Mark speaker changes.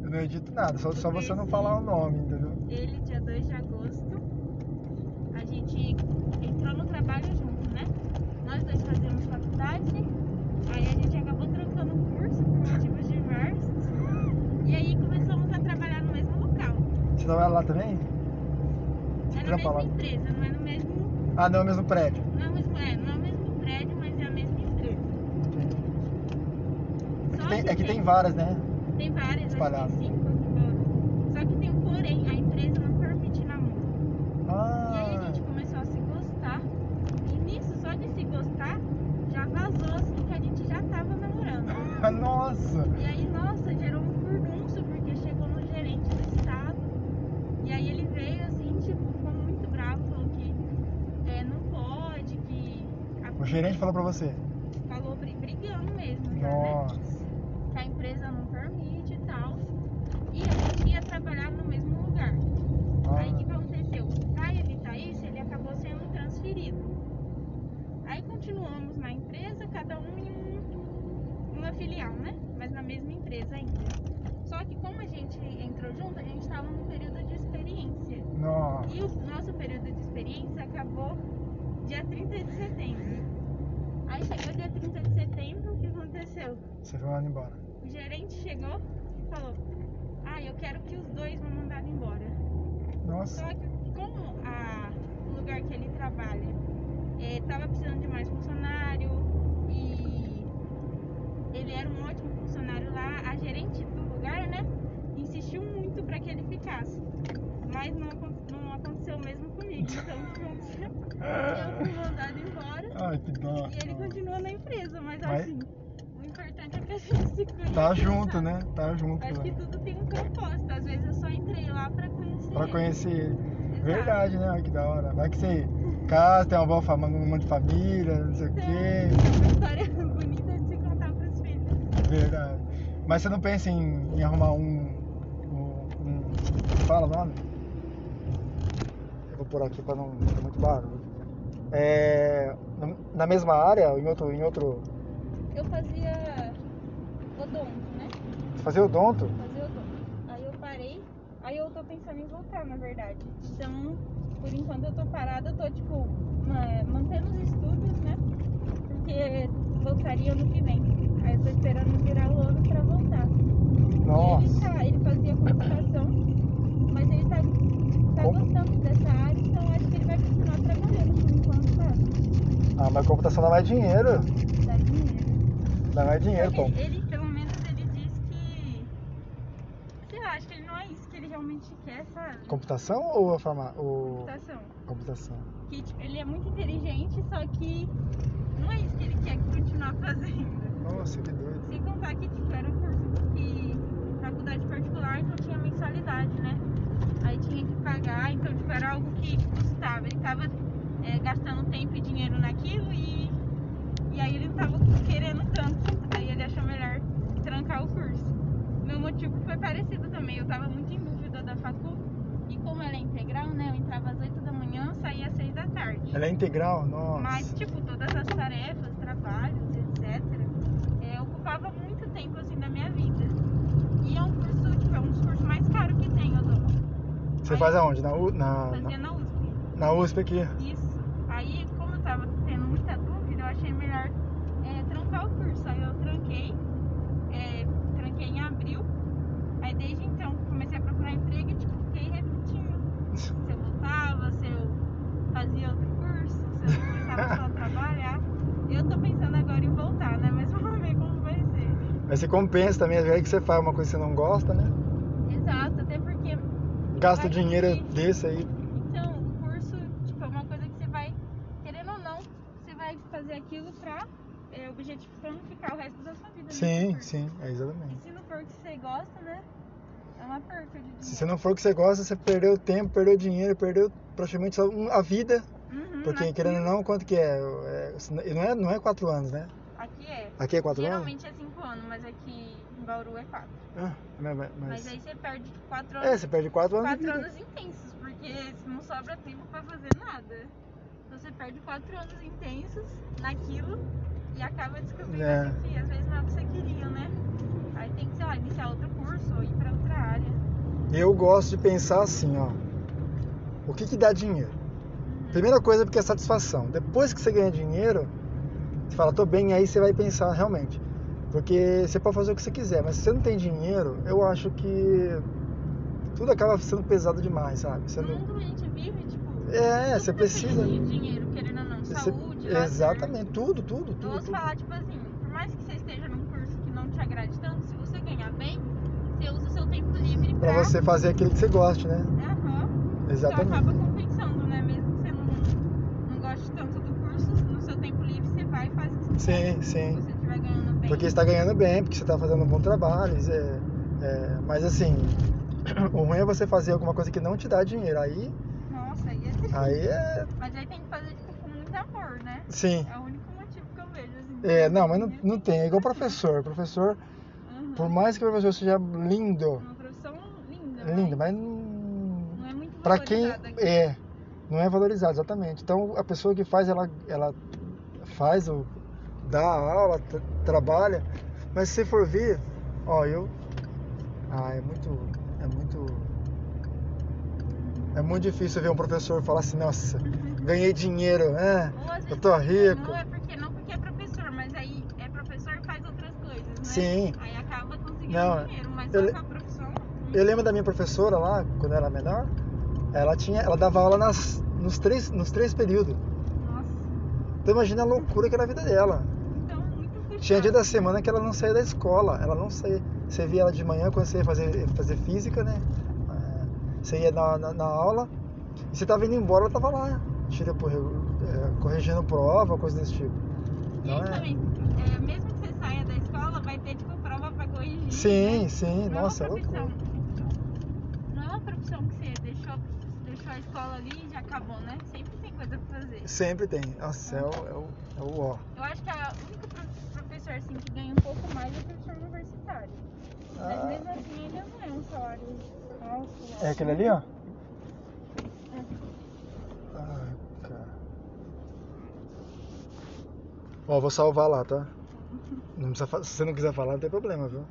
Speaker 1: não edito nada, só, só você não falar o nome, entendeu?
Speaker 2: Ele, dia 2 de agosto, a gente entrou no trabalho junto, né? Nós dois fazíamos faculdade, aí a gente acabou trancando o curso por um motivos diversos. E aí começamos a trabalhar no mesmo local.
Speaker 1: Você trabalha lá também? Você
Speaker 2: É na
Speaker 1: trampa
Speaker 2: mesma
Speaker 1: lá?
Speaker 2: empresa, não é no mesmo.
Speaker 1: Ah, não, é o mesmo prédio.
Speaker 2: Não é o mesmo, é, não é o mesmo prédio, mas é a mesma empresa.
Speaker 1: É
Speaker 2: Só
Speaker 1: que tem,
Speaker 2: que
Speaker 1: é que
Speaker 2: tem-
Speaker 1: tem várias, né?
Speaker 2: Tem várias, acho
Speaker 1: Espalhadas.
Speaker 2: que tem cinco aqui fora. Só que tem um porém, a empresa não permite namoro. E aí a
Speaker 1: Ah,
Speaker 2: gente começou a se gostar. E nisso, só de se gostar, já vazou assim que a gente já tava namorando.
Speaker 1: nossa!
Speaker 2: E aí, nossa, gerou um furdunço, porque chegou no gerente do estado. E aí ele veio assim, tipo, ficou muito bravo, falou que é, não pode, que. a-
Speaker 1: O gerente falou pra você.
Speaker 2: falou bri- brigando mesmo, já,
Speaker 1: Nossa.
Speaker 2: né? Que a empresa não permite e tal. E a gente ia trabalhar no mesmo lugar. Aí o que
Speaker 1: Ah,
Speaker 2: que aconteceu? Pra evitar isso, ele acabou sendo transferido. Aí continuamos na empresa, cada um em um- uma filial, né? Mas na mesma empresa ainda. Só que como a gente entrou junto, a gente estava num período de experiência.
Speaker 1: nossa!
Speaker 2: E o nosso período de experiência acabou dia 30 de setembro. Aí chegou dia 30 de setembro, o que aconteceu?
Speaker 1: Você foi mandado embora.
Speaker 2: O gerente chegou e falou: Ah, eu quero que os dois vão mandado embora.
Speaker 1: Nossa!
Speaker 2: Só que como a- o lugar que ele trabalha estava precisando de mais funcionário e ele era um ótimo funcionário lá, a gerente do lugar, né, insistiu muito para que ele ficasse. Mas não, acon- não aconteceu mesmo comigo. Então o que aconteceu? Eu fui mandada embora
Speaker 1: Ai, que dó!
Speaker 2: e ele continua na empresa, mas,
Speaker 1: Mas-
Speaker 2: assim, o importante é que a gente se conheça.
Speaker 1: Tá
Speaker 2: sabe?
Speaker 1: junto, né? Tá junto.
Speaker 2: Acho que
Speaker 1: né?
Speaker 2: tudo tem um propósito. Às vezes eu só entrei lá pra conhecer.
Speaker 1: Pra
Speaker 2: ele.
Speaker 1: conhecer ele.
Speaker 2: Exato.
Speaker 1: Verdade, né? Ai, que da hora. Vai que você casa, tem uma boa família, um monte de família, não sei o
Speaker 2: Então,
Speaker 1: quê.
Speaker 2: É uma história bonita de se contar pros filhos.
Speaker 1: Verdade. Mas você não pensa em, em arrumar um, um, um. Fala o nome? Eu vou por aqui pra não ter muito barulho. É, na- na mesma área, em outro. Em outro
Speaker 2: Eu fazia odonto, né?
Speaker 1: fazer odonto?
Speaker 2: Fazia odonto. Aí eu parei. Aí eu tô pensando em voltar, na verdade. Então, por enquanto eu tô parada, eu tô, tipo, ma- mantendo os estudos, né? Porque voltaria ano que vem. Aí eu tô esperando virar o ano pra voltar. E Ele,
Speaker 1: Nossa.
Speaker 2: tá, ele fazia computação, mas ele tá, tá
Speaker 1: Com-
Speaker 2: gostando dessa área, então acho que ele vai continuar trabalhando por enquanto, sabe?
Speaker 1: Ah, mas computação dá mais dinheiro.
Speaker 2: Dá dinheiro.
Speaker 1: Dá mais dinheiro, pô.
Speaker 2: Porque ele, pelo menos, ele diz que. Sei lá, acho que ele não é isso que ele realmente quer, sabe?
Speaker 1: Computação ou a farmácia? Ou...
Speaker 2: Computação.
Speaker 1: Computação.
Speaker 2: Que tipo, ele é muito inteligente, só que não é isso que ele quer continuar fazendo.
Speaker 1: Nossa, que doido.
Speaker 2: Sem contar que tipo, era um curso que faculdade particular então tinha mensalidade, né? Aí tinha que pagar, então tipo, era algo que custava. Ele tava é, gastando tempo e dinheiro naquilo e, e aí ele não tava querendo tanto. Aí ele achou melhor trancar o curso. Meu motivo foi parecido também, eu tava muito em dúvida da facul e como ela é integral, né? Eu entrava às 8 da manhã, saía às 6 da tarde.
Speaker 1: Ela é integral? Nossa.
Speaker 2: Mas, tipo, todas as tarefas, trabalhos, etc., é, ocupava muito tempo, assim, da minha vida. E é um curso, tipo, é um dos cursos mais caros que tem, eu dou.
Speaker 1: Você faz aonde? Na, U- na,
Speaker 2: Fazia
Speaker 1: na,
Speaker 2: na USP.
Speaker 1: na USP aqui?
Speaker 2: Isso. Aí, como eu tava tendo muita dúvida, eu achei melhor é, trancar o curso. Aí eu tranquei, é, tranquei em abril. Aí, desde então, comecei a procurar emprego e, tipo, fiquei refletindo se eu voltava, se eu fazia outro curso, se eu começava só a trabalhar. Eu tô pensando agora em voltar, né? Mas vamos ver como vai ser.
Speaker 1: Mas você compensa também, às vezes que você faz uma coisa que você não gosta, né?
Speaker 2: Exato, até porque
Speaker 1: Gasta o
Speaker 2: Vai
Speaker 1: dinheiro
Speaker 2: que-
Speaker 1: desse aí.
Speaker 2: Então, o curso, tipo, é uma coisa que você vai, querendo ou não, você vai fazer aquilo pra é, objetificando ficar o resto da sua vida. né?
Speaker 1: Sim,
Speaker 2: Porque-
Speaker 1: sim, é
Speaker 2: E
Speaker 1: exatamente.
Speaker 2: se não for o que você gosta, né? É uma perca de dinheiro.
Speaker 1: Se você não for o que você gosta, você perdeu tempo, perdeu dinheiro, perdeu praticamente só um- a vida.
Speaker 2: Uhum,
Speaker 1: Porque
Speaker 2: aqui-
Speaker 1: querendo ou não, quanto que é? É, se não- e não é? Não é quatro anos, né?
Speaker 2: Aqui é.
Speaker 1: Aqui é quatro anos?
Speaker 2: Geralmente é 5 anos, mas aqui em Bauru é 4.
Speaker 1: Ah, mas, mas-
Speaker 2: Mas aí você perde 4
Speaker 1: É,
Speaker 2: anos.
Speaker 1: você perde quatro anos. de
Speaker 2: 4
Speaker 1: vida.
Speaker 2: anos intensos, porque não sobra tempo pra fazer nada. Então você perde 4 anos intensos naquilo e acaba descobrindo
Speaker 1: É.
Speaker 2: assim que às vezes não é o que você queria, né? Aí tem que, sei lá, iniciar outro curso ou ir pra outra
Speaker 1: Eu gosto de pensar assim, ó. O que que dá dinheiro?
Speaker 2: Uhum.
Speaker 1: Primeira coisa é porque é satisfação. Depois que você ganha dinheiro, você fala, tô bem, aí você vai pensar realmente. Porque você pode fazer o que você quiser, mas se você não tem dinheiro, eu acho que tudo acaba sendo pesado demais, sabe? Você
Speaker 2: No
Speaker 1: não...
Speaker 2: mundo que a gente vive, tipo. Uhum. tudo
Speaker 1: É, você
Speaker 2: depende
Speaker 1: precisa.
Speaker 2: De dinheiro, querendo ou não.
Speaker 1: você-
Speaker 2: Saúde, né? lazer.
Speaker 1: Exatamente, tudo, tudo,
Speaker 2: Eu
Speaker 1: tudo.
Speaker 2: ouço
Speaker 1: tudo.
Speaker 2: falar, tipo assim, por mais que você esteja num curso que não te agrade tanto, se você ganhar bem, você usa o seu tempo livre pra. É,
Speaker 1: Pra você fazer aquilo que você goste, né?
Speaker 2: Aham. Então
Speaker 1: Exatamente.
Speaker 2: acaba compensando, né? Mesmo que você não, não goste tanto do curso, no seu tempo livre você vai e faz o que você quer.
Speaker 1: Sim, sim.
Speaker 2: Se você estiver ganhando bem.
Speaker 1: Porque você está ganhando bem, porque você está fazendo um bom trabalho. isso é- é, mas assim, o ruim é você fazer alguma coisa que não te dá dinheiro. Aí,
Speaker 2: Nossa, aí é triste.
Speaker 1: aí é.
Speaker 2: Mas aí tem que fazer tipo, com muito amor, né?
Speaker 1: Sim.
Speaker 2: É o único motivo que eu vejo, assim.
Speaker 1: É, não, mas não, não tem. É igual professor. Professor,
Speaker 2: Uhum.
Speaker 1: por mais que o professor seja lindo,
Speaker 2: Uma profissão linda. né?
Speaker 1: lindo,
Speaker 2: mas
Speaker 1: mas não,
Speaker 2: é Não é muito
Speaker 1: para quem
Speaker 2: valorizada aqui.
Speaker 1: é, não é valorizado, exatamente. Então a pessoa que faz, ela, ela faz o. dá a aula, tra- trabalha, mas se você for ver, ó, eu. Ah, é muito. É muito. É muito difícil ver um professor falar assim, nossa, ganhei dinheiro, né?
Speaker 2: Ou às vezes
Speaker 1: Eu tô rico.
Speaker 2: Não é porque não porque é professor, mas aí é professor e faz outras coisas, né?
Speaker 1: Sim.
Speaker 2: Aí acaba conseguindo
Speaker 1: Não,
Speaker 2: dinheiro, mas
Speaker 1: eu
Speaker 2: só
Speaker 1: le-
Speaker 2: com a profissão.
Speaker 1: Eu lembro da minha professora lá, quando eu era menor, ela tinha. Ela dava aula nas, nos, três, nos três períodos.
Speaker 2: Nossa.
Speaker 1: Então imagina a loucura que era a vida dela.
Speaker 2: Então, muito puxado.
Speaker 1: Tinha dia da semana que ela não saía da escola, ela não saía. Você via ela de manhã quando você ia fazer, fazer física, né? Ah, Você ia na, na, na aula, e você tava indo embora, ela tava lá, tira por, é, corrigindo prova, coisa desse tipo.
Speaker 2: E aí
Speaker 1: Não é?
Speaker 2: também, é, mesmo que você saia da escola, vai ter tipo prova pra corrigir.
Speaker 1: Sim,
Speaker 2: né?
Speaker 1: sim,
Speaker 2: Não
Speaker 1: nossa,
Speaker 2: é
Speaker 1: é
Speaker 2: uma
Speaker 1: loucura.
Speaker 2: profissão. Não é uma profissão que você deixou, deixou a escola ali e já acabou, né? Sempre tem coisa pra fazer.
Speaker 1: Sempre tem. Nossa, é o, é o, é o ó.
Speaker 2: Eu acho que a única pro- professor assim, que ganha um pouco mais é o professor universitário. Mas mesmo assim ainda não é um salário alto.
Speaker 1: Ah. É
Speaker 2: alto.
Speaker 1: aquele ali, ó? Ah, cara. Ó, vou salvar lá, tá? Não precisa fa- se você não quiser falar, não tem problema, viu?